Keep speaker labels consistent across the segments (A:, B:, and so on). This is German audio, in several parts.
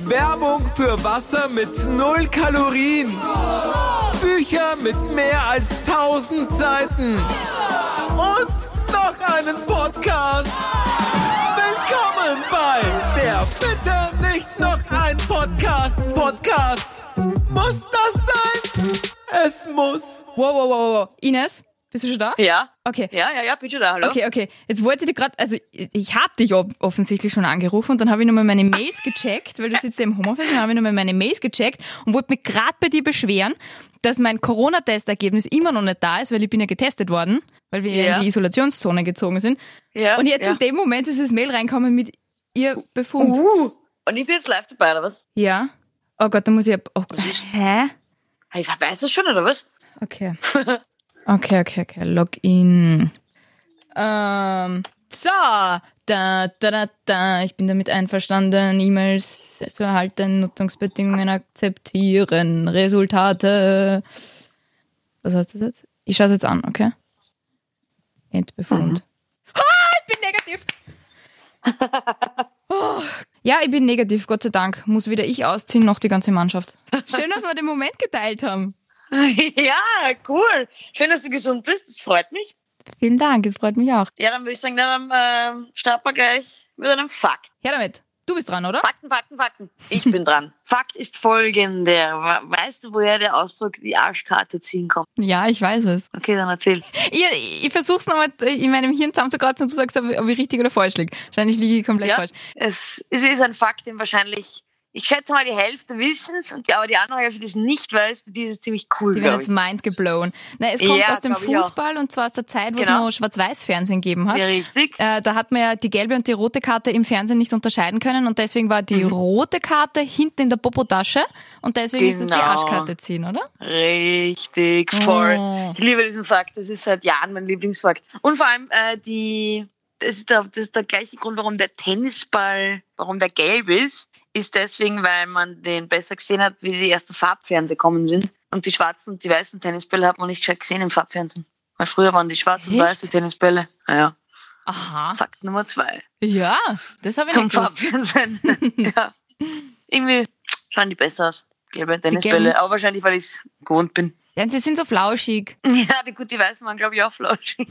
A: Werbung für Wasser mit null Kalorien. Bücher mit mehr als 1000 Seiten. Und noch einen Podcast. Willkommen bei der Bitte nicht noch ein Podcast. Podcast. Muss das sein? Es muss.
B: Wow, wow, wow, wow. Ines, bist du schon da?
C: Ja.
B: Okay.
C: Ja, ja, ja, bin schon da, hallo.
B: Okay, okay. Jetzt wollte ich gerade, also ich habe dich ob- offensichtlich schon angerufen und dann habe ich nochmal meine Mails gecheckt, weil du sitzt ja im Homeoffice, dann habe ich nochmal meine Mails gecheckt und wollte mich gerade bei dir beschweren, dass mein Corona-Testergebnis immer noch nicht da ist, weil ich bin ja getestet worden, weil wir ja.
C: Ja.
B: in die Isolationszone gezogen sind.
C: Ja,
B: Und jetzt
C: ja.
B: in dem Moment ist das Mail reinkommen mit ihr Befund.
C: Uh, und ich bin jetzt live dabei, oder was?
B: Ja. Oh Gott, da muss ich ab. Oh Gott. Hä?
C: Ah, Ich weiß das schon, oder was?
B: Okay. Okay, okay, okay. Login. Ähm, so. Da, da, da, da. Ich bin damit einverstanden. E-Mails zu erhalten, Nutzungsbedingungen akzeptieren, Resultate. Was heißt das jetzt? Ich schaue es jetzt an, okay? Endbefund. Ah, ich bin negativ! oh. Ja, ich bin negativ, Gott sei Dank. Muss weder ich ausziehen noch die ganze Mannschaft. Schön, dass wir den Moment geteilt haben.
C: ja, cool. Schön, dass du gesund bist, das freut mich.
B: Vielen Dank, es freut mich auch.
C: Ja, dann würde ich sagen, dann ähm, starten wir gleich mit einem Fakt.
B: Her damit. Du bist dran, oder?
C: Fakten, Fakten, Fakten. Ich bin dran. Fakt ist folgender. We- Weißt du, woher der Ausdruck die Arschkarte ziehen kommt?
B: Ja, ich weiß es.
C: Okay, dann erzähl.
B: Ich, ich versuch's nochmal in meinem Hirn zusammenzukratzen und du sagst, ob ob ich richtig oder falsch liege. Wahrscheinlich liege ich komplett
C: Ja.
B: falsch.
C: Es, es ist ein Fakt, den wahrscheinlich, ich schätze mal, die Hälfte wissen es, und die- aber die andere Hälfte, die es nicht weiß, für die ist es ziemlich cool.
B: Die werden
C: glaub
B: jetzt
C: ich.
B: mind geblown. Na, es kommt
C: Ja,
B: aus dem
C: glaub ich auch.
B: Fußball und zwar aus der Zeit, wo es
C: Genau.
B: noch Schwarz-Weiß-Fernsehen gegeben hat.
C: Ja, richtig.
B: Äh, da hat man ja die gelbe und die rote Karte im Fernsehen nicht unterscheiden können und deswegen war
C: Mhm.
B: die rote Karte hinten in der Popotasche und deswegen ist es die
C: Genau.
B: Arschkarte ziehen, oder?
C: Richtig, voll.
B: Oh.
C: Ich liebe diesen Fakt. Das ist seit Jahren mein Lieblingsfakt. Und vor allem äh, die, das ist, der, das ist der gleiche Grund, warum der Tennisball, warum der gelb ist, ist deswegen, weil man den besser gesehen hat, wie die ersten Farbfernseher gekommen sind. Und die schwarzen und die weißen Tennisbälle hat man nicht gescheit gesehen im Farbfernsehen. Weil früher waren die schwarzen und
B: Echt?
C: weißen Tennisbälle. Ja, Ja,
B: Aha.
C: Fakt Nummer zwei.
B: Ja, das habe ich
C: Zum
B: nicht gewusst.
C: Farbfernsehen. ja. Irgendwie schauen die besser aus. Gelbe Tennisbälle. Aber wahrscheinlich, weil ich es gewohnt bin.
B: Denn sie sind so flauschig.
C: Ja, die, gut, die weißen waren, glaube ich, auch flauschig.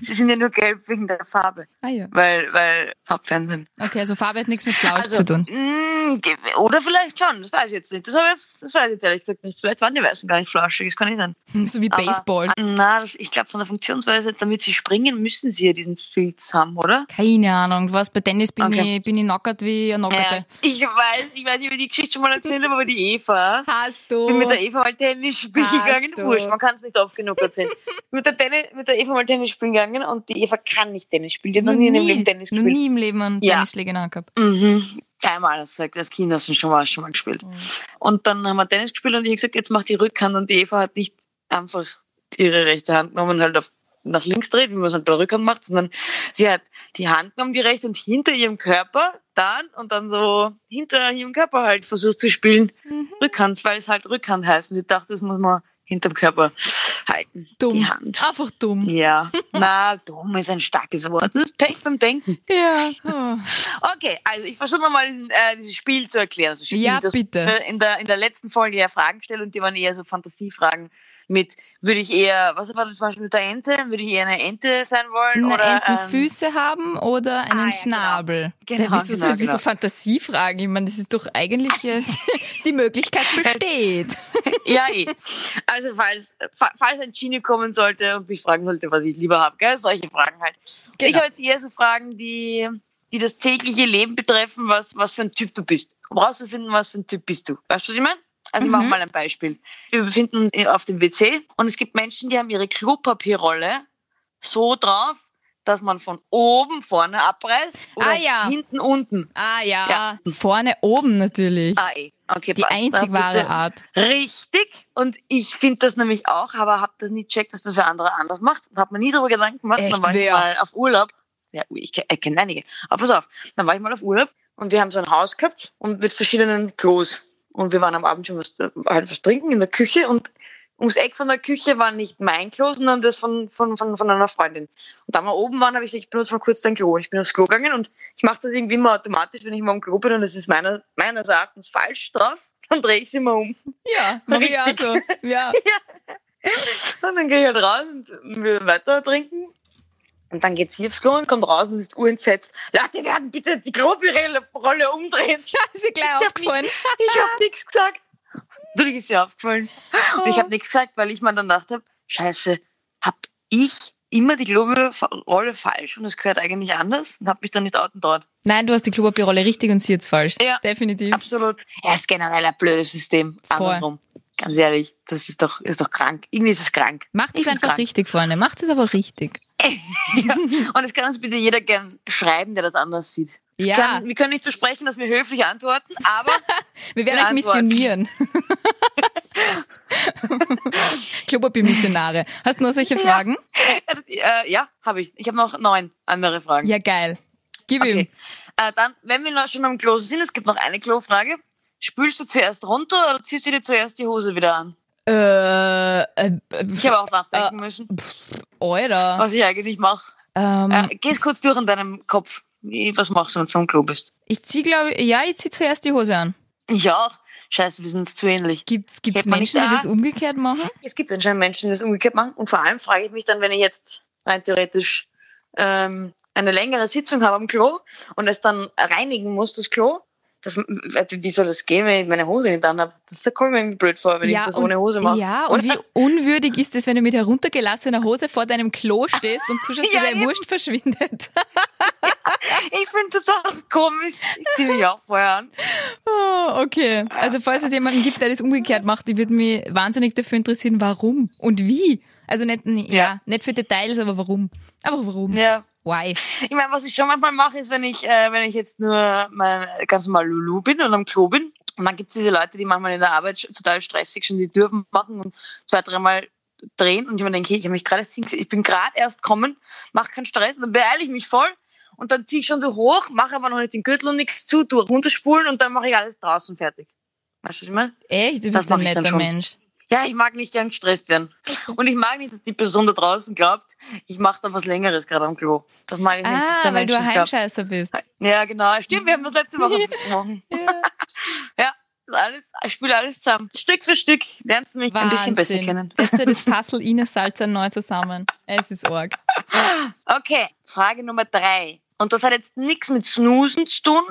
C: Sie sind ja nur gelb wegen der Farbe,
B: Ah ja.
C: weil, weil Hauptfernsehen.
B: Okay, also Farbe hat nichts mit Flausch zu tun.
C: mh, ge- oder vielleicht schon, das weiß ich jetzt nicht. Das, hab ich jetzt, das weiß ich jetzt ehrlich gesagt nicht. Vielleicht waren die Weißen gar nicht flauschig, das kann nicht sein.
B: So wie
C: mhm. Aber- Ah.
B: Baseballs.
C: Na, das, ich glaube, von der Funktionsweise, damit sie springen, müssen sie ja diesen Filz haben, oder?
B: Keine Ahnung, was bei Tennis bin
C: Okay.
B: ich, bin ich knockert wie ein Knockerte.
C: Ja, ich weiß, ich weiß nicht, ob ich die Geschichte schon mal erzählt habe, aber die Eva.
B: Hast du?
C: bin mit der Eva mal Tennis spielen
B: Hast
C: gegangen.
B: du.
C: Wurscht, man kann es nicht oft genug erzählen. mit, der Tennis, mit der Eva mal Tennis spielen gegangen und die Eva kann nicht Tennis spielen. Die hat noch nie in ihrem Leben Tennis
B: noch
C: gespielt.
B: nie im Leben einen
C: Ja.
B: Tennisschläger gehabt.
C: Mhm. Einmal, das sagt, als Kind hast du schon mal, schon mal gespielt.
B: Mhm.
C: Und dann haben wir Tennis gespielt und ich habe gesagt, jetzt mach die Rückhand und die Eva hat nicht einfach ihre rechte Hand genommen und halt auf, nach links dreht, wie man es halt bei der Rückhand macht, sondern sie hat die Hand genommen, die rechte und hinter ihrem Körper dann und dann so hinter ihrem Körper halt versucht zu spielen.
B: Mhm.
C: Rückhand, weil es halt Rückhand heißt. Und ich dachte, das muss man hinterm Körper halten.
B: Dumm.
C: Die Hand.
B: Einfach dumm.
C: Ja, na, dumm ist ein starkes Wort. Das ist Pech beim Denken.
B: Ja. Oh.
C: Okay, also ich versuche nochmal diesen, äh, dieses Spiel zu erklären. Also Spiel,
B: Ja,
C: das
B: bitte.
C: wir in der, in der letzten Folge ja Fragen stellen und die waren eher so Fantasiefragen mit, würde ich eher, was war das zum Beispiel mit der Ente? Würde ich eher eine Ente sein wollen?
B: Na,
C: oder, ähm,
B: Entenfüße haben oder einen
C: ah, ja, genau.
B: Schnabel.
C: Genau,
B: Da, wieso,
C: genau,
B: so, wieso
C: genau. Ah.
B: Fantasiefragen? Ich meine, das ist doch eigentlich äh, die Möglichkeit besteht.
C: Ja, eh. Also falls, fa- falls ein Genie kommen sollte und mich fragen sollte, was ich lieber habe, gell? Solche Fragen halt.
B: Genau.
C: Ich habe jetzt eher so Fragen, die, die das tägliche Leben betreffen, was, was für ein Typ du bist. Um rauszufinden, was für ein Typ bist du. Weißt du, was ich meine? Also ich mache
B: Mhm.
C: mal ein Beispiel. Wir befinden uns auf dem WC und es gibt Menschen, die haben ihre Klopapierrolle so drauf, dass man von oben vorne abreißt oder
B: Ah, ja.
C: hinten unten.
B: Ah ja. Vorne oben natürlich.
C: Ah, eh. okay,
B: die
C: passt. Da
B: einzig
C: bist
B: wahre
C: du-
B: Art.
C: Richtig. Und ich finde das nämlich auch, aber habe das nie checkt, dass das wer andere anders macht. Und habe mir nie darüber Gedanken gemacht.
B: Echt,
C: dann war
B: wer?
C: ich mal auf Urlaub. Ja, ich kenne einige. Aber pass auf, dann war ich mal auf Urlaub und wir haben so ein Haus äh, gehabt und mit verschiedenen Klos. Und wir waren am Abend schon was, halt was trinken in der Küche und ums Eck von der Küche war nicht mein Klo, sondern das von, von, von, von einer Freundin. Und da wir oben waren, habe ich gesagt, ich benutze mal kurz dein Klo. Und ich bin aufs Klo gegangen und ich mache das irgendwie immer automatisch, wenn ich mal am Klo bin und es ist meiner, meines Erachtens falsch drauf, dann drehe ich es immer um.
B: Ja, mach ich auch so. Ja.
C: Und dann gehe ich halt raus und will weiter trinken. Und dann geht's hier aufs Klo und kommt raus und ist urentsetzt. Leute, werden bitte die Klopirelle-Rolle umdrehen.
B: Ja, ist ihr gleich
C: Ich hab
B: aufgefallen.
C: Ich habe nichts gesagt. Natürlich ist ihr aufgefallen. Und Oh. ich habe nichts gesagt, weil ich mir dann gedacht habe, scheiße, habe ich immer die Klopirelle-Rolle falsch und es gehört eigentlich anders und habe mich dann nicht outen dort.
B: Nein, du hast die Klopapierrolle richtig und sie jetzt falsch.
C: Ja.
B: Definitiv.
C: Absolut. Er ist generell ein blödes System.
B: Voll.
C: Andersrum. Ganz ehrlich, das ist doch, ist doch krank. Irgendwie ist es krank.
B: Macht es
C: Ich bin
B: einfach
C: krank.
B: richtig, Freunde. Macht es aber richtig.
C: Und es kann uns bitte jeder gern schreiben, der das anders sieht. Es
B: Ja.
C: Kann, wir können nicht versprechen, dass wir höflich antworten, aber
B: Wir werden euch
C: Antworten.
B: missionieren. Klopapier-Missionare. Hast du noch solche Fragen?
C: äh, ja, habe ich. Ich habe noch neun andere Fragen.
B: Ja, geil. Gib ihm.
C: Okay. Äh, dann, wenn wir noch schon am Klo sind, es gibt noch eine Klofrage. Spülst du zuerst runter oder ziehst du dir zuerst die Hose wieder an?
B: Äh, äh,
C: Ich habe auch nachdenken müssen,
B: Alter.
C: was ich eigentlich mache.
B: Ähm,
C: Äh, geh's kurz durch in deinem Kopf. Wie- Was machst du, wenn du am Klo bist?
B: Ich zieh, glaube ich, ja, ich zieh zuerst die Hose an.
C: Ich auch. Scheiße, wir sind uns zu ähnlich.
B: Gibt's, gibt's
C: Hätte man nicht
B: Menschen, die
C: da-
B: das umgekehrt machen?
C: Es gibt anscheinend Menschen, die das umgekehrt machen. Und vor allem frage ich mich dann, wenn ich jetzt rein theoretisch ähm, eine längere Sitzung habe am Klo und es dann reinigen muss, das Klo, das, wie soll das gehen, wenn ich meine Hose nicht an habe? Das da kommt mir irgendwie blöd vor, wenn ich das
B: und,
C: ohne Hose mache.
B: Ja, und wie unwürdig ist es, wenn du mit heruntergelassener Hose vor deinem Klo stehst und zuschaust, wie
C: Ja,
B: deine
C: eben.
B: Wurst verschwindet?
C: Ich finde das auch komisch. Ich ziehe mich auch vorher an.
B: Oh, okay. Also falls es jemanden gibt, der das umgekehrt macht, ich würde mich wahnsinnig dafür interessieren, warum und wie. Also nicht, n- ja.
C: Ja.
B: nicht für Details, aber warum. Aber warum?
C: Ja.
B: Why?
C: Ich meine, was ich schon manchmal mache, ist, wenn ich, äh, wenn ich jetzt nur mein, ganz normal Lulu bin und am Klo bin. Und dann gibt es diese Leute, die manchmal in der Arbeit sch- total stressig sind, die dürfen machen und zwei, dreimal drehen. Und ich mir denke, hey, ich, hab mich gerade erst hinges- ich bin gerade erst kommen, mache keinen Stress, und dann beeile ich mich voll. Und dann ziehe ich schon so hoch, mache aber noch nicht den Gürtel und nichts zu, tue runterspulen und dann mache ich alles draußen fertig. Weißt du, was ich meine?
B: Echt? Du
C: Das
B: bist ein
C: mach ich dann
B: netter
C: schon.
B: Mensch.
C: Ja, ich mag nicht gern gestresst werden. Und ich mag nicht, dass die Person da draußen glaubt, ich mache da was Längeres gerade am Klo. Das mag ich nicht, dass
B: Ah,
C: der
B: weil
C: Mensch
B: du ein
C: das glaubt.
B: Heimscheißer bist.
C: Ja, genau. Stimmt, wir haben das letzte Woche besprochen.
B: Ja.
C: Das ist Alles, ich spiele alles zusammen. Stück für Stück lernst du mich ein bisschen besser kennen.
B: Setze das Puzzle Ines Salzer neu zusammen. Es ist arg.
C: Okay, Frage Nummer drei. Und das hat jetzt nichts mit Snoosen zu tun.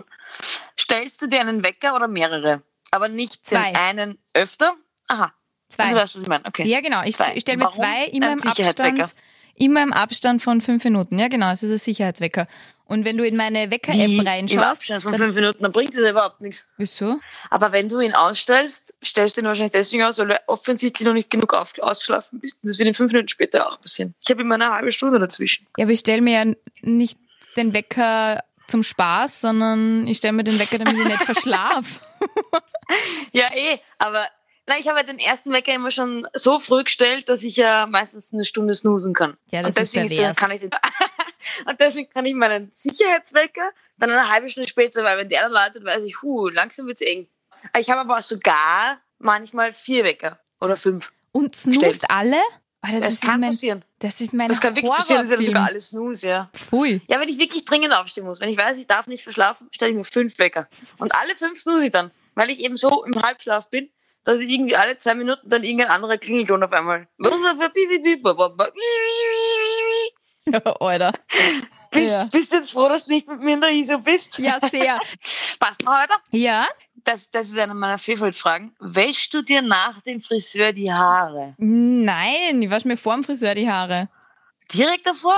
C: Stellst du dir einen Wecker oder mehrere? Aber nicht
B: Zwei.
C: den einen öfter? Aha,
B: Zwei.
C: du weißt, was ich meine. Also, Okay.
B: Ja, genau. Ich,
C: Zwei.
B: ich stelle mir
C: Warum
B: zwei immer
C: ein
B: im Abstand.
C: Sicherheitswecker?
B: Immer im Abstand von fünf Minuten. Ja, genau. Es ist ein Sicherheitswecker. Und wenn du in meine Wecker-App
C: Im
B: reinschaust,
C: Abstand von
B: dann,
C: fünf Minuten, dann bringt das überhaupt nichts.
B: wieso?
C: Aber wenn du ihn ausstellst, stellst du ihn wahrscheinlich deswegen aus, weil du offensichtlich noch nicht genug auf, ausgeschlafen bist. Und das wird in fünf Minuten später auch passieren. Ich habe immer eine halbe Stunde dazwischen.
B: Ja, aber ich stelle mir ja nicht den Wecker zum Spaß, sondern ich stelle mir den Wecker, damit ich nicht verschlaf.
C: Ja, eh, aber na, ich habe ja den ersten Wecker immer schon so früh gestellt, dass ich ja meistens eine Stunde snoosen kann.
B: Ja, das
C: und
B: ist
C: deswegen der-
B: pervers.
C: kann ich den, Und deswegen kann ich meinen Sicherheitswecker dann eine halbe Stunde später, weil wenn der dann läutet, weiß ich, huh, langsam wird's eng. Ich habe aber auch sogar manchmal vier Wecker oder fünf.
B: Und snoost alle? Alter, das,
C: Das,
B: ist
C: kann
B: mein,
C: passieren.
B: das ist mein
C: Das kann wirklich passieren, dass ich sogar
B: Horrorfilm.
C: alles snooze, ja.
B: Pfui.
C: Ja, wenn ich wirklich dringend aufstehen muss, wenn ich weiß, ich darf nicht verschlafen, stelle ich mir fünf Wecker. Und alle fünf snooze ich dann, weil ich eben so im Halbschlaf bin, dass ich irgendwie alle zwei Minuten dann irgendein anderer Klingelton auf einmal. Bist,
B: Alter. Ja.
C: bist du jetzt froh, dass du nicht mit mir in der ISO bist?
B: Ja, sehr.
C: Passt mal weiter.
B: Ja?
C: Das, das ist eine meiner Favorite-Fragen. Wäschst du dir nach dem Friseur die Haare?
B: Nein, ich wasche mir vor dem Friseur die Haare.
C: Direkt davor?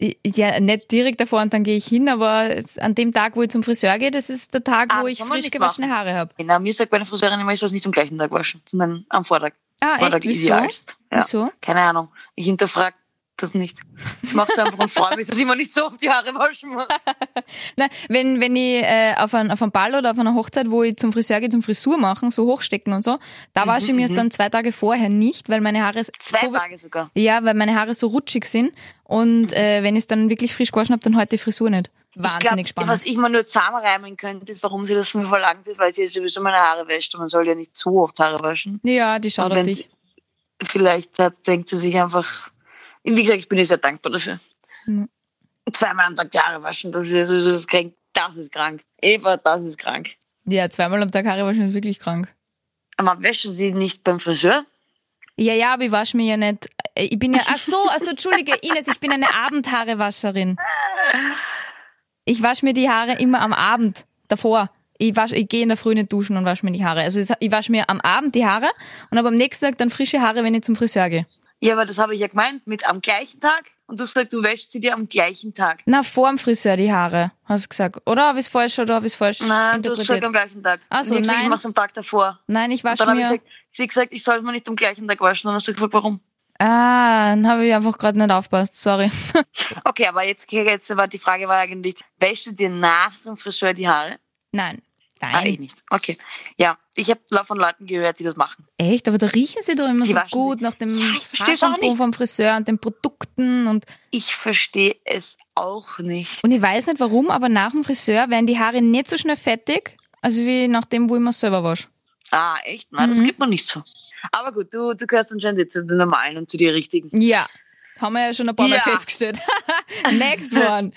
B: I- Ja, nicht direkt davor und dann gehe ich hin, aber es- an dem Tag, wo ich zum Friseur gehe, das ist der Tag,
C: Ah,
B: wo
C: das
B: ich
C: kann man
B: frisch
C: nicht
B: gewaschene Haare habe.
C: Na, mir sagt meine Friseurin immer, ich soll es nicht am gleichen Tag waschen, sondern am Vortag.
B: Ah,
C: Vortag
B: echt? Wieso?
C: idealst. Ja.
B: Wieso?
C: Keine Ahnung. Ich hinterfrage das nicht. Ich mache es einfach und freue mich, dass ich mir nicht so oft die Haare waschen muss.
B: Nein, wenn, wenn ich äh, auf einem auf einen Ball oder auf einer Hochzeit, wo ich zum Friseur gehe, zum Frisur machen, so hochstecken und so, da wasche ich mir es dann zwei Tage vorher nicht, weil meine Haare
C: Mhm, Zwei
B: so,
C: Tage sogar.
B: Ja, weil meine Haare so rutschig sind. Und äh, wenn ich es dann wirklich frisch gewaschen habe, dann heute die Frisur nicht. Wahnsinnig
C: ich glaub,
B: spannend.
C: Was ich mir nur zusammenreimen könnte, ist, warum sie das von mir verlangt ist, weil sie ja sowieso meine Haare wäscht und man soll ja nicht so oft Haare waschen.
B: Ja, die schaut
C: Und
B: auf
C: wenn
B: dich.
C: sie, vielleicht hat, denkt sie sich einfach, wie gesagt, ich bin ihr sehr dankbar dafür.
B: Mhm.
C: Zweimal am Tag die Haare waschen, das ist, das ist krank. Das ist krank. Eva, das ist krank.
B: Ja, zweimal am Tag Haare waschen ist wirklich krank.
C: Aber wäschen die nicht beim Friseur?
B: Ja, ja, aber ich wasche mir ja nicht. äh, Ich bin ja. Ach so, also entschuldige, Ines, ich bin eine Abendhaarewascherin. Ich wasche mir die Haare immer am Abend davor. Ich, wasch, ich gehe in der Früh nicht duschen und wasche mir die Haare. Also es- ich wasche mir am Abend die Haare und habe am nächsten Tag dann frische Haare, wenn ich zum Friseur gehe.
C: Ja, aber das habe ich ja gemeint, mit am gleichen Tag. Und du sagst, du wäschst sie dir am gleichen Tag.
B: Na, vor dem Friseur die Haare, hast du gesagt. Oder habe ich es falsch oder habe ich es falsch
C: Nein, du hast gesagt,
B: interpretiert?
C: am gleichen Tag.
B: Ach
C: Und
B: so,
C: ich hab gesagt,
B: nein.
C: Ich mach's am Tag davor.
B: Nein, ich
C: Und
B: wasche
C: dann habe
B: mir.
C: ich gesagt, sie gesagt, ich soll mir nicht am gleichen Tag waschen. Und dann hast du gefragt, warum?
B: ah, dann habe ich einfach gerade nicht aufpasst. Sorry.
C: Okay, aber jetzt, jetzt war die Frage war eigentlich, wäschst du dir nach dem Friseur die Haare?
B: Nein. Nein.
C: Ah, ich nicht. Okay. Ja, ich habe von Leuten gehört, die das machen.
B: Echt? Aber da riechen sie doch immer
C: Die
B: so
C: waschen
B: gut
C: sie-
B: nach dem
C: Ja, ich versteh's auch
B: Haarshampoo
C: nicht.
B: vom Friseur und den Produkten und,
C: Ich verstehe es auch nicht.
B: und ich weiß nicht warum, aber nach dem Friseur werden die Haare nicht so schnell fettig, also wie nach dem, wo ich mir selber wasche.
C: Ah, echt? Nein, das
B: Mhm.
C: gibt man nicht so. Aber gut, du, du gehörst anscheinend jetzt zu den normalen und zu den richtigen.
B: Ja. Haben wir ja schon ein paar Mal
C: Ja.
B: festgestellt. Next one.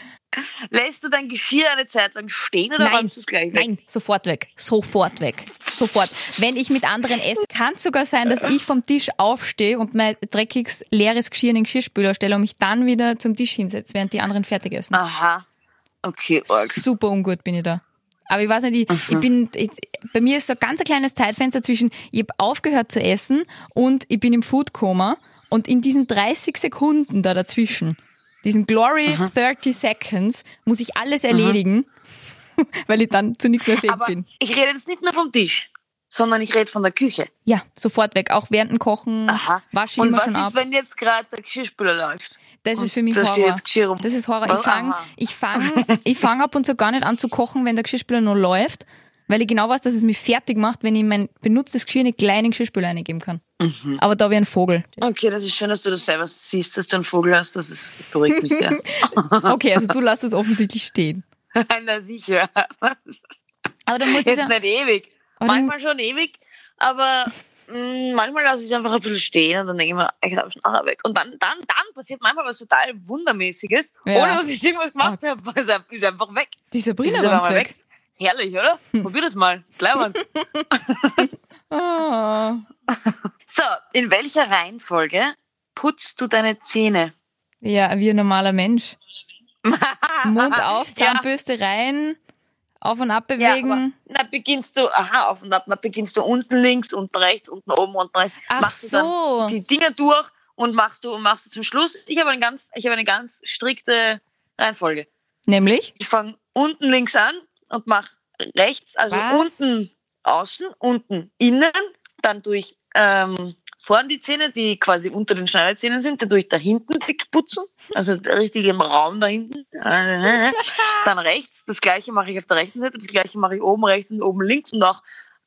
C: Lässt du dein Geschirr eine Zeit lang stehen oder
B: Nein.
C: räumst du es gleich weg?
B: Nein, sofort weg. Sofort weg. Sofort. Wenn ich mit anderen esse, kann es sogar sein, dass ich vom Tisch aufstehe und mein dreckiges, leeres Geschirr in den Geschirrspüler stelle und mich dann wieder zum Tisch hinsetze, während die anderen fertig essen.
C: Aha. Okay, Org.
B: Super ungut bin ich da. Aber ich weiß nicht, ich, ich bin, ich, bei mir ist so ein ganz ein kleines Zeitfenster zwischen, ich habe aufgehört zu essen und ich bin im Foodkoma und in diesen 30 Sekunden da dazwischen, diesen Glory 30 Seconds, muss ich alles erledigen, weil ich dann zu nichts mehr fähig
C: Aber
B: bin.
C: ich rede jetzt nicht nur vom Tisch, sondern ich rede von der Küche.
B: Ja, sofort weg. Auch während dem Kochen
C: Aha.
B: wasche ich
C: Und
B: immer
C: was
B: schon
C: ist,
B: ab.
C: wenn jetzt gerade der Geschirrspüler läuft?
B: Das ist
C: Und
B: für mich
C: da steht
B: Horror.
C: jetzt Geschirr rum.
B: Das ist Horror. Ich
C: Oh,
B: fange
C: aha.
B: ich fang, ich fang ab und zu gar nicht an zu kochen, wenn der Geschirrspüler noch läuft, weil ich genau weiß, dass es mich fertig macht, wenn ich mein benutztes Geschirr in einen kleinen Geschirrspüler reingeben kann.
C: Mhm.
B: Aber da wie ein Vogel.
C: Okay, das ist schön, dass du das selber siehst, dass du einen Vogel hast. Das, ist, das beruhigt mich sehr.
B: Okay, also du lässt es offensichtlich stehen.
C: Na sicher.
B: Aber dann muss ich
C: Jetzt
B: sagen,
C: nicht ewig.
B: Aber dann-
C: manchmal schon ewig, aber mh, manchmal lasse ich es einfach ein bisschen stehen und dann denke ich mir, ich habe schon nachher weg. Und dann, dann, dann passiert manchmal was total Wundermäßiges,
B: Ja. Ah.
C: ohne dass ich irgendwas gemacht habe. Ist er- ist einfach weg.
B: die
C: Ist
B: Sabrina
C: es
B: war
C: einfach
B: weg.
C: weg. Herrlich, oder?
B: Hm.
C: Probier das mal. Ist leibend.
B: Ah.
C: So, in welcher Reihenfolge putzt du deine Zähne?
B: Ja, wie ein normaler Mensch. Mund auf, Zahnbürste rein, auf und ab
C: Ja,
B: bewegen.
C: aber, na, beginnst du, aha, auf und ab, na, beginnst du unten links, unten rechts, unten oben, unten rechts.
B: Ach
C: machst Du
B: so.
C: dann die Dinger durch und machst du und machst du zum Schluss. Ich habe eine ganz, ich habe eine ganz strikte Reihenfolge.
B: Nämlich?
C: Ich fange unten links an und mache rechts, also
B: Was?
C: unten außen, unten innen, dann durch ähm, vorn die Zähne, die quasi unter den Schneiderzähnen sind, dann durch da hinten dick putzen, also richtig im Raum da hinten. Dann rechts, das gleiche mache ich auf der rechten Seite, das gleiche mache ich oben rechts und oben links und auch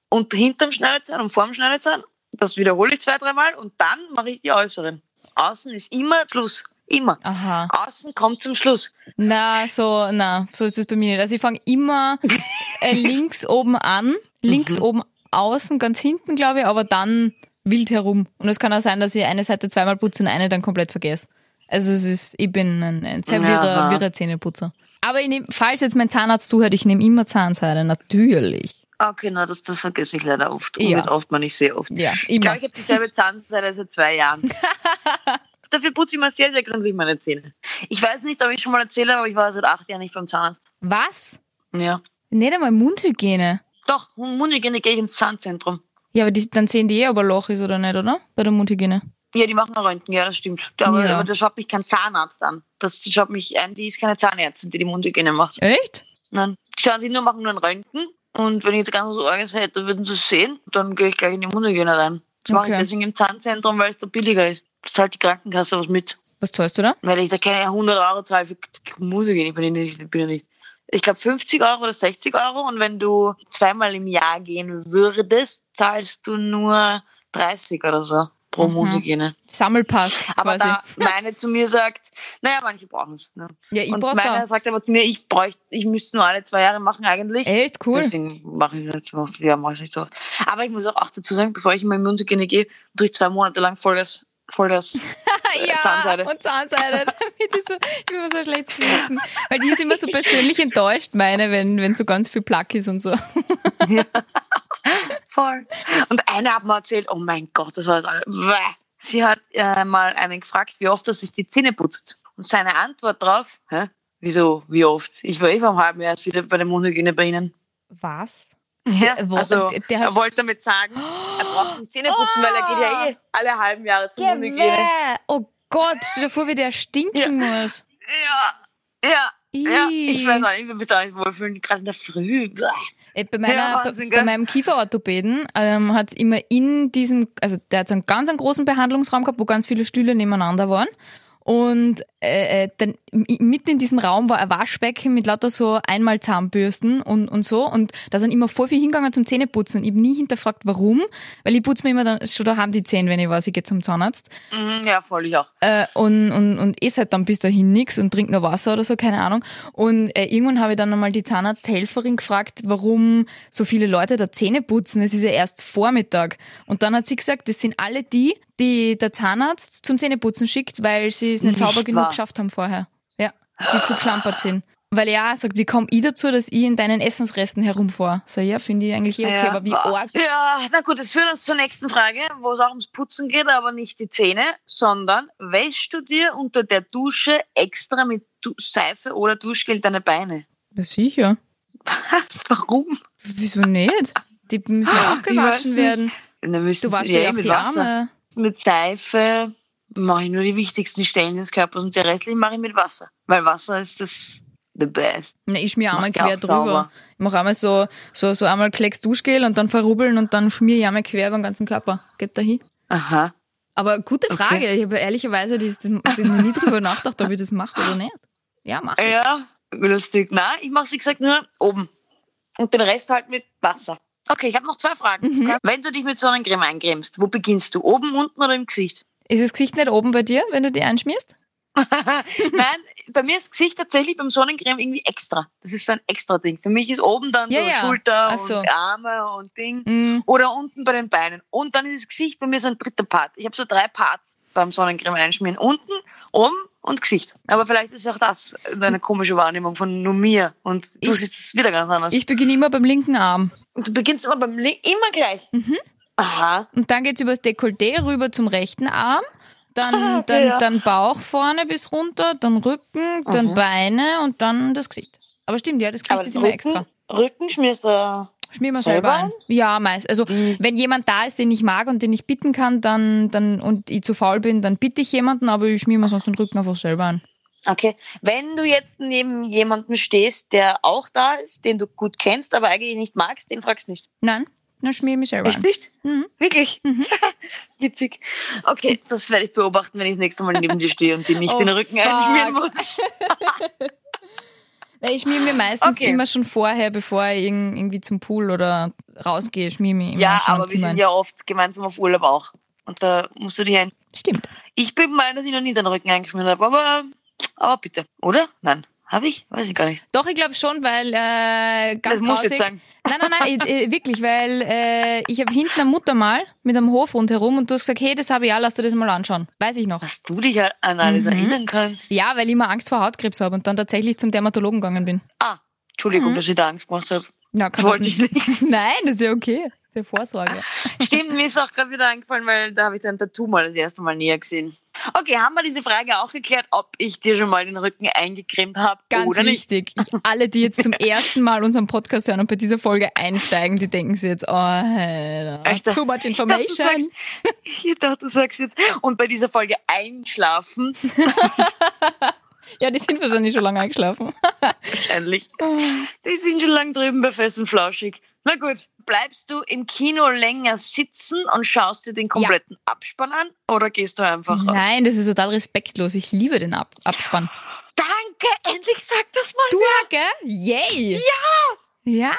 C: unter hinterm Schneidezahn und vorm Schneidezahn. Das wiederhole ich zwei, dreimal und dann mache ich die äußeren. Außen ist immer Schluss, immer.
B: Aha.
C: Außen kommt zum Schluss.
B: Na, so, na, so ist es bei mir nicht. Also ich fange immer äh, links oben an, links
C: Mhm.
B: oben außen, ganz hinten, glaube ich, aber dann wild herum. Und es kann auch sein, dass ich eine Seite zweimal putze und eine dann komplett vergesse. Also es ist, ich bin ein, ein sehr wirrer,
C: Aha.
B: wirrer Zähneputzer. Aber ich nehm, falls jetzt mein Zahnarzt zuhört, ich nehme immer Zahnseide, natürlich.
C: Okay, na, Ah, genau, das, das vergesse ich leider oft.
B: Ja.
C: Ja. Nicht oft, man ich sehr oft.
B: Ja,
C: Ich
B: immer.
C: glaube, ich habe dieselbe Zahnseide seit zwei Jahren. Dafür putze ich mal sehr, sehr gründlich meine Zähne. Ich weiß nicht, ob ich schon mal erzähle, aber ich war seit acht Jahren nicht beim Zahnarzt.
B: Was?
C: Ja.
B: Nicht einmal Mundhygiene.
C: Doch, Mundhygiene gehe ich ins Zahnzentrum.
B: Ja, aber die, dann sehen die eh, ob ein Loch ist oder nicht, oder? Bei der Mundhygiene.
C: Ja, die machen Röntgen, ja, das stimmt. Aber,
B: Ja.
C: aber da schaut mich kein Zahnarzt an. Das schaut mich ein, die ist keine Zahnärztin, die die Mundhygiene macht.
B: Echt?
C: Nein. Die Schauen sie nur, machen nur ein Röntgen. Und wenn ich jetzt ganz so Orgas hätte, würden sie es sehen. Dann gehe ich gleich in die Mundhygiene rein. Das mache ich
B: Okay.
C: deswegen im Zahnzentrum, weil es da billiger ist. Das zahlt die Krankenkasse was mit.
B: Was zahlst du da?
C: Weil ich da keine 100 Euro zahle für Mundhygiene. Ich bin ja nicht. Ich bin ja nicht. Ich glaube 50 Euro oder 60 Euro. Und wenn du zweimal im Jahr gehen würdest, zahlst du nur 30 oder so. pro Mundhygiene.
B: Sammelpass
C: Aber
B: Mhm. quasi.
C: da meine zu mir sagt, naja, manche brauchen es. Ne?
B: Ja, ich
C: Und
B: brauch's
C: meine
B: auch.
C: sagt aber zu mir, ich bräuchte, ich müsste nur alle zwei Jahre machen eigentlich.
B: Echt cool.
C: Deswegen mache ich das, so oft. ja, mache ich nicht so. oft. Aber ich muss auch, auch dazu sagen, bevor ich in meine Mundhygiene gehe, tue ich zwei Monate lang Vollgas, Vollgas äh,
B: ja,
C: Zahnseide.
B: und Zahnseide. Damit ist so, ich bin immer so schlecht gewissen. Weil die ist immer so persönlich enttäuscht, meine, wenn, wenn so ganz viel Plack ist und so.
C: Voll. Und eine hat mir erzählt, oh mein Gott, das war das alle. Bäh. Sie hat äh, mal einen gefragt, wie oft er sich die Zähne putzt. Und seine Antwort drauf, hä? Wieso, wie oft? Ich war eh vor einem halben Jahr erst wieder bei der Mundhygiene bei Ihnen.
B: Was?
C: Ja,
B: wo-
C: also,
B: der- der hat- Oh,
C: er wollte damit sagen, er braucht nicht Zähne putzen, weil er geht ja eh alle halben Jahre zur Mundhygiene.
B: Yeah. Oh Gott, stell dir vor, wie der stinken muss.
C: Ja, ja, ja. Ich
B: Ih.
C: weiß auch nicht, ich will mich da nicht wohlfühlen, gerade in der Früh. Bäh.
B: Äh, Bei, meiner,
C: Ja,
B: bei,
C: Wahnsinn, gell?
B: bei meinem Kieferorthopäden ähm, hat es immer in diesem, also der hat so einen ganz einen großen Behandlungsraum gehabt, wo ganz viele Stühle nebeneinander waren. Und äh, äh, dann m- mitten in diesem Raum war ein Waschbecken mit lauter so einmal Zahnbürsten und, und so. Und da sind immer voll viel hingegangen zum Zähneputzen. Und ich habe nie hinterfragt, warum. Weil ich putze mir immer dann schon daheim die Zähne, wenn ich weiß, ich gehe zum Zahnarzt.
C: Mhm, ja, voll, ich auch.
B: Äh, und, und, und esse halt dann bis dahin nix und trinke nur Wasser oder so, keine Ahnung. Und äh, irgendwann habe ich dann nochmal die Zahnarzthelferin gefragt, warum so viele Leute da Zähne putzen. Es ist ja erst Vormittag. Und dann hat sie gesagt, das sind alle die, die der Zahnarzt zum Zähneputzen schickt, weil sie es nicht
C: Nicht
B: sauber genug
C: wahr.
B: geschafft haben vorher. Ja, die zu klampert sind. Weil ja, sagt, wie komme ich dazu, dass ich in deinen Essensresten herumfahre? So, ja, finde ich eigentlich eh okay,
C: ja,
B: aber wie
C: boah.
B: arg.
C: Ja, na gut, das führt uns zur nächsten Frage, wo es auch ums Putzen geht, aber nicht die Zähne, sondern wäschst du dir unter der Dusche extra mit du Seife oder Duschgel deine Beine?
B: Ja, sicher.
C: Was? Warum?
B: Wieso nicht? Die müssen ja auch
C: Ich Ah, weiß
B: gewaschen
C: nicht.
B: werden.
C: Na,
B: Du
C: müsstest
B: waschst
C: ja
B: ja
C: eh
B: auch
C: mit
B: die
C: Wasser.
B: Arme.
C: Mit Seife mache ich nur die wichtigsten Stellen des Körpers und die restlichen mache ich mit Wasser. Weil Wasser ist das the best.
B: Na, ich schmier einmal
C: Macht ja
B: quer
C: auch
B: drüber.
C: sauber.
B: Ich mach einmal so, so, so einmal Klecks Duschgel und dann verrubbeln und dann schmier ich einmal quer über den ganzen Körper. Geht da hin.
C: Aha.
B: Aber gute Frage. Ich habe ehrlicherweise das, das, das ich noch nie drüber nachgedacht, ob ich das mache oder nicht. Ja, mach.
C: Ja, lustig. Nein, ich mache es, wie gesagt, nur oben. Und den Rest halt mit Wasser. Okay, ich habe noch zwei Fragen.
B: Mhm.
C: Okay. Wenn du dich mit Sonnencreme eincremst, wo beginnst du? Oben, unten oder im Gesicht?
B: Ist das Gesicht nicht oben bei dir, wenn du die einschmierst?
C: Nein, bei mir ist Gesicht tatsächlich beim Sonnencreme irgendwie extra. Das ist so ein extra Ding. Für mich ist oben dann
B: Ja,
C: so
B: ja. Ach
C: Schulter
B: so.
C: und Arme und Ding.
B: Mhm.
C: Oder unten bei den Beinen. Und dann ist das Gesicht bei mir so ein dritter Part. Ich habe so drei Parts beim Sonnencreme einschmieren. Unten, oben und Gesicht. Aber vielleicht ist auch das eine komische Wahrnehmung von nur mir. Und du
B: Ich-
C: siehst es wieder ganz anders.
B: Ich beginne immer beim linken Arm.
C: Und du beginnst immer beim Link immer gleich.
B: Mhm.
C: Aha.
B: Und dann geht's übers Dekolleté rüber zum rechten Arm. Dann,
C: Ah,
B: dann,
C: ja. Mhm.
B: dann Bauch vorne bis runter, dann Rücken, dann Beine und dann das Gesicht. Aber stimmt, ja, das Gesicht ist immer
C: Rücken,
B: extra.
C: Rücken schmierst du.
B: Schmier mal
C: Selber
B: selber ein.
C: ein?
B: Ja, meist. Also
C: Mhm.
B: wenn jemand da ist, den ich mag und den ich bitten kann, dann, dann und ich zu faul bin, dann bitte ich jemanden, aber ich schmier mir sonst den Rücken einfach selber ein.
C: Okay. Wenn du jetzt neben jemandem stehst, der auch da ist, den du gut kennst, aber eigentlich nicht magst, den fragst du nicht.
B: Nein, dann schmier ich mich selber
C: Echt
B: ein.
C: nicht?
B: Mhm.
C: Wirklich? Witzig. Okay, das werde ich beobachten, wenn ich das nächste Mal neben dir stehe und dir nicht
B: Oh,
C: den Rücken
B: fuck.
C: einschmieren muss.
B: Nein, ich schmier mir meistens
C: Okay.
B: immer schon vorher, bevor ich irgend- irgendwie zum Pool oder rausgehe, schmier mir immer
C: Ja,
B: schon am
C: aber wir
B: Zimmer ein.
C: sind ja oft gemeinsam auf Urlaub auch. Und da musst du dich ein.
B: Stimmt.
C: Ich bin mal, dass ich noch nie den Rücken eingeschmiert habe, aber, aber bitte. Oder? Nein. Habe ich? Weiß ich gar nicht.
B: Doch, ich glaube schon, weil äh, ganz
C: Das muss ich
B: grausig-
C: jetzt sagen.
B: Nein, nein, nein, ich, äh, wirklich, weil äh, ich habe hinten eine Mutter mal mit einem Hof rundherum und du hast gesagt, hey, das habe ich auch, lass dir das mal anschauen. Weiß ich noch.
C: Dass du dich an alles
B: Mhm.
C: erinnern kannst.
B: Ja, weil ich immer Angst vor Hautkrebs habe und dann tatsächlich zum Dermatologen gegangen bin.
C: Ah, Entschuldigung, dass ich da Angst gemacht habe.
B: Ja,
C: Das
B: kann
C: wollte
B: man-
C: ich nicht.
B: Nein, das ist ja okay. Das ist ja Vorsorge.
C: Stimmt, mir ist auch gerade wieder eingefallen, weil da habe ich dein Tattoo mal das erste Mal näher gesehen. Okay, haben wir diese Frage auch geklärt, ob ich dir schon mal den Rücken eingecremt habe
B: Ganz
C: oder nicht?
B: wichtig. Ich, alle, die jetzt zum ersten Mal unseren Podcast hören und bei dieser Folge einsteigen, die denken sich jetzt, oh, Alter,
C: Alter,
B: ne? too much
C: Ich dachte, du
B: information.
C: sagst, ich dachte, du sagst jetzt, und bei dieser Folge einschlafen,
B: Ja, die sind wahrscheinlich schon lange eingeschlafen.
C: wahrscheinlich.
B: Ah.
C: Die sind schon lang drüben bei Fest und Flauschig. Na gut, bleibst du im Kino länger sitzen und schaust dir den kompletten Abspann an oder gehst du einfach raus?
B: Nein, das ist total respektlos. Ich liebe den Ab Abspann.
C: Danke, endlich sag das mal.
B: Du, gell? Yay! Ja! Ja,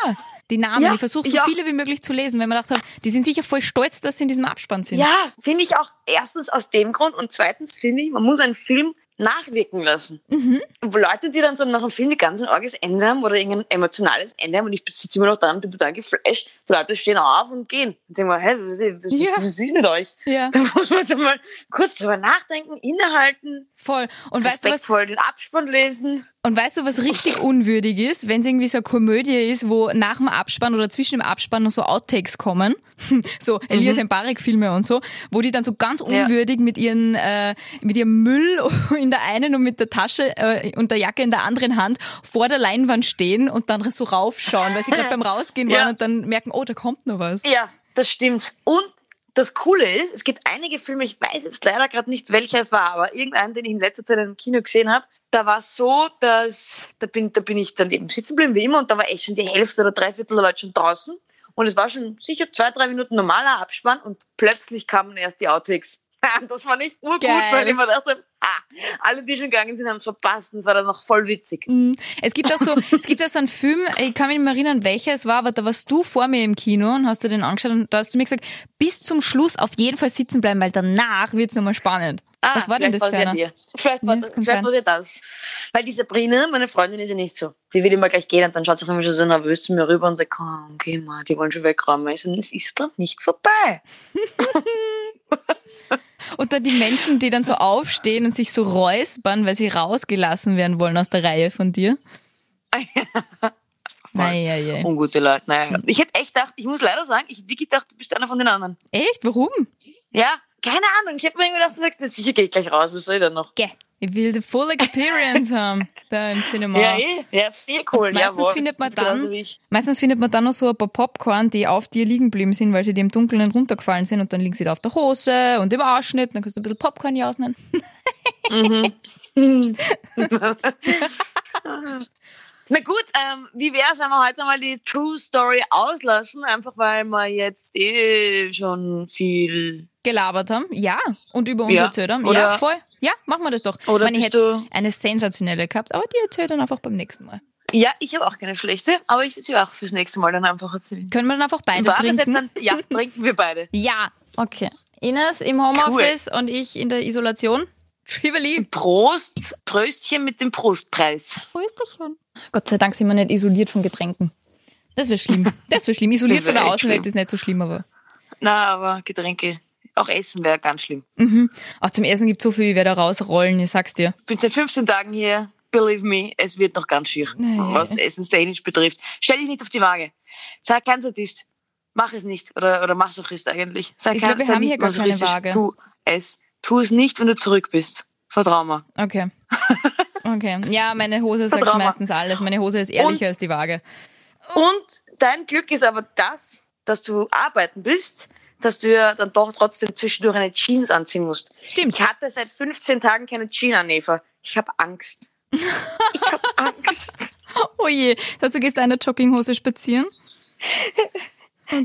B: die Namen.
C: Ja,
B: ich versuche so
C: ja.
B: viele wie möglich zu lesen, weil man gedacht hat, die sind sicher voll stolz, dass sie in diesem Abspann sind.
C: Ja, finde ich auch erstens aus dem Grund und zweitens finde ich, man muss einen Film nachwirken lassen.
B: Mhm.
C: Wo Leute, die dann so nach dem Film die ganzen arges Ende haben oder irgendein emotionales Ende haben und ich sitze immer noch da und bin total geflasht, die Leute stehen auf und gehen. Und denken mir, hä, was, was,
B: Ja.
C: was, was ist mit euch?
B: ja.
C: Da muss man jetzt mal kurz drüber nachdenken, innehalten,
B: Voll. Und weißt, du, was,
C: respektvoll den Abspann lesen.
B: und weißt du, was richtig unwürdig ist? Wenn es irgendwie so eine Komödie ist, wo nach dem Abspann oder zwischen dem Abspann noch so Outtakes kommen, so Elias Embarek-Filme und so, wo die dann so ganz
C: Mhm. Ja.
B: unwürdig mit, ihren, äh, mit ihrem Müll in der einen und mit der Tasche äh, und der Jacke in der anderen Hand vor der Leinwand stehen und dann so raufschauen, weil sie gerade beim Rausgehen
C: Ja.
B: waren und dann merken, oh, da kommt noch was.
C: Ja, das stimmt. Und das Coole ist, es gibt einige Filme, ich weiß jetzt leider gerade nicht, welcher es war, aber irgendeinen, den ich in letzter Zeit im Kino gesehen habe, da war es so, dass da bin, da bin ich daneben sitzen geblieben, wie immer, und da war echt schon die Hälfte oder Dreiviertel der Leute schon draußen. Und es war schon sicher zwei, drei Minuten normaler Abspann und plötzlich kamen erst die Outtakes. Das war nicht urgut,
B: Geil.
C: weil ich mir dachte, ah, alle, die schon gegangen sind, haben es verpasst und es war dann noch voll witzig.
B: Mm. Es gibt auch so, es gibt auch so einen Film, ich kann mich nicht mehr erinnern, welcher es war, aber da warst du vor mir im Kino und hast dir den angeschaut und da hast du mir gesagt, bis zum Schluss auf jeden Fall sitzen bleiben, weil danach wird's nochmal spannend.
C: Ah,
B: Was war denn das
C: vielleicht
B: für
C: war's ja
B: einer?
C: dir. Vielleicht war,
B: Ja, das kann
C: vielleicht
B: sein.
C: war sie das. Weil die Sabrina, meine Freundin, ist ja nicht so. Die will immer gleich gehen und dann schaut sie auch immer schon so nervös zu mir rüber und sagt, komm, geh mal, die wollen schon wegräumen. Ich so, es ist doch nicht vorbei.
B: Und dann die Menschen, die dann so aufstehen und sich so räuspern, weil sie rausgelassen werden wollen aus der Reihe von dir. Naja, je.
C: Ungute Leute, naja. Ich hätte echt gedacht, ich muss leider sagen, ich hätte wirklich gedacht, du bist einer von den anderen.
B: Echt? Warum?
C: Ja, keine Ahnung. Ich hätte mir irgendwie gedacht, du sagst, na, sicher gehe ich gleich raus, was soll ich denn noch?
B: Geh. Ich will the full experience haben da im Cinema.
C: Ja, eh. Ja, viel cool.
B: Meistens
C: Jawohl,
B: findet man
C: das ist genauso
B: dann-
C: wie ich.
B: Meistens findet man dann noch so ein paar Popcorn, die auf dir liegen geblieben sind, weil sie dir im Dunkeln runtergefallen sind und dann liegen sie da auf der Hose und im Ausschnitt, dann kannst du ein bisschen Popcorn hier ausnehmen.
C: Mhm. Na gut, ähm, wie wäre es, wenn wir heute mal die True Story auslassen, einfach weil wir jetzt eh schon viel.
B: Gelabert haben, ja. Und über uns
C: Ja,
B: erzählt haben.
C: oder-
B: ja, voll. Ja, machen wir das doch.
C: Oder
B: ich
C: bist
B: hätte
C: du-
B: eine sensationelle gehabt, aber die erzählt dann einfach beim nächsten Mal.
C: Ja, ich habe auch keine schlechte, aber ich will sie auch fürs nächste Mal dann einfach erzählen.
B: Können wir dann einfach beide
C: War das
B: trinken?
C: jetzt ein, ja, trinken wir beide.
B: ja, okay. Ines im Homeoffice und ich in der Isolation. Trivali.
C: Prost, Tröstchen mit dem Prostpreis.
B: Grüß dich schon. Gott sei Dank sind wir nicht isoliert von Getränken. Das wäre schlimm. Das wäre schlimm. Isoliert
C: Das
B: von der
C: wär echt
B: Außenwelt
C: schlimm.
B: ist nicht so schlimm, aber.
C: Na, aber Getränke, auch Essen wäre ganz schlimm.
B: Mhm. Auch zum Essen gibt so viel, ich werde da rausrollen, ich sag's dir.
C: Ich bin seit 15 Tagen hier. Believe me, es wird noch ganz schier,
B: Naja.
C: was essenstechnisch betrifft. Stell dich nicht auf die Waage. Sei kein Sadist. Mach es nicht. Oder, oder Masochist eigentlich. Sei
B: Ich
C: kein,
B: glaub, wir
C: sei
B: haben
C: nicht
B: hier gar keine
C: masochistisch.
B: Waage.
C: Tu es. Tu es nicht, wenn du zurück bist. Vertrau mir.
B: Okay. Okay. Ja, meine Hose sagt
C: Drama.
B: meistens alles. Meine Hose ist ehrlicher als die Waage. Oh.
C: Und dein Glück ist aber das, dass du arbeiten bist, dass du ja dann doch trotzdem zwischendurch eine Jeans anziehen musst.
B: Stimmt.
C: Ich hatte seit 15 Tagen keine Jeans an, Eva. Ich habe Angst. Ich habe Angst.
B: Oh je. Dass du gehst in einer Jogginghose spazieren?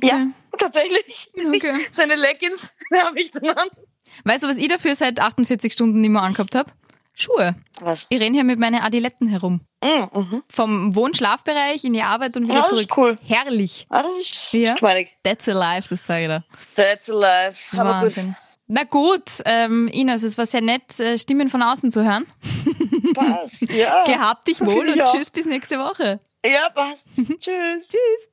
C: Ja, tatsächlich.
B: Okay.
C: Ich, seine Leggings habe ich dann an.
B: Weißt du, was ich dafür seit 48 Stunden nicht mehr angehabt habe? Schuhe.
C: Was?
B: Ich renne hier mit meinen Adiletten herum.
C: Mhm, mhm.
B: Vom Wohnschlafbereich in die Arbeit und wieder
C: Ja, das
B: zurück.
C: ist cool.
B: Herrlich.
C: Ah, das ist
B: Ja.
C: ja. geschmeidig.
B: That's alive, das sage ich dir.
C: That's alive. Aber
B: Wahnsinn. Na gut, ähm, Ines, es war sehr nett, äh, Stimmen von außen zu hören.
C: gut, passt. Ja,
B: Gehabt dich wohl und
C: Ja.
B: tschüss bis nächste Woche.
C: ja passt. Tschüss.
B: Tschüss.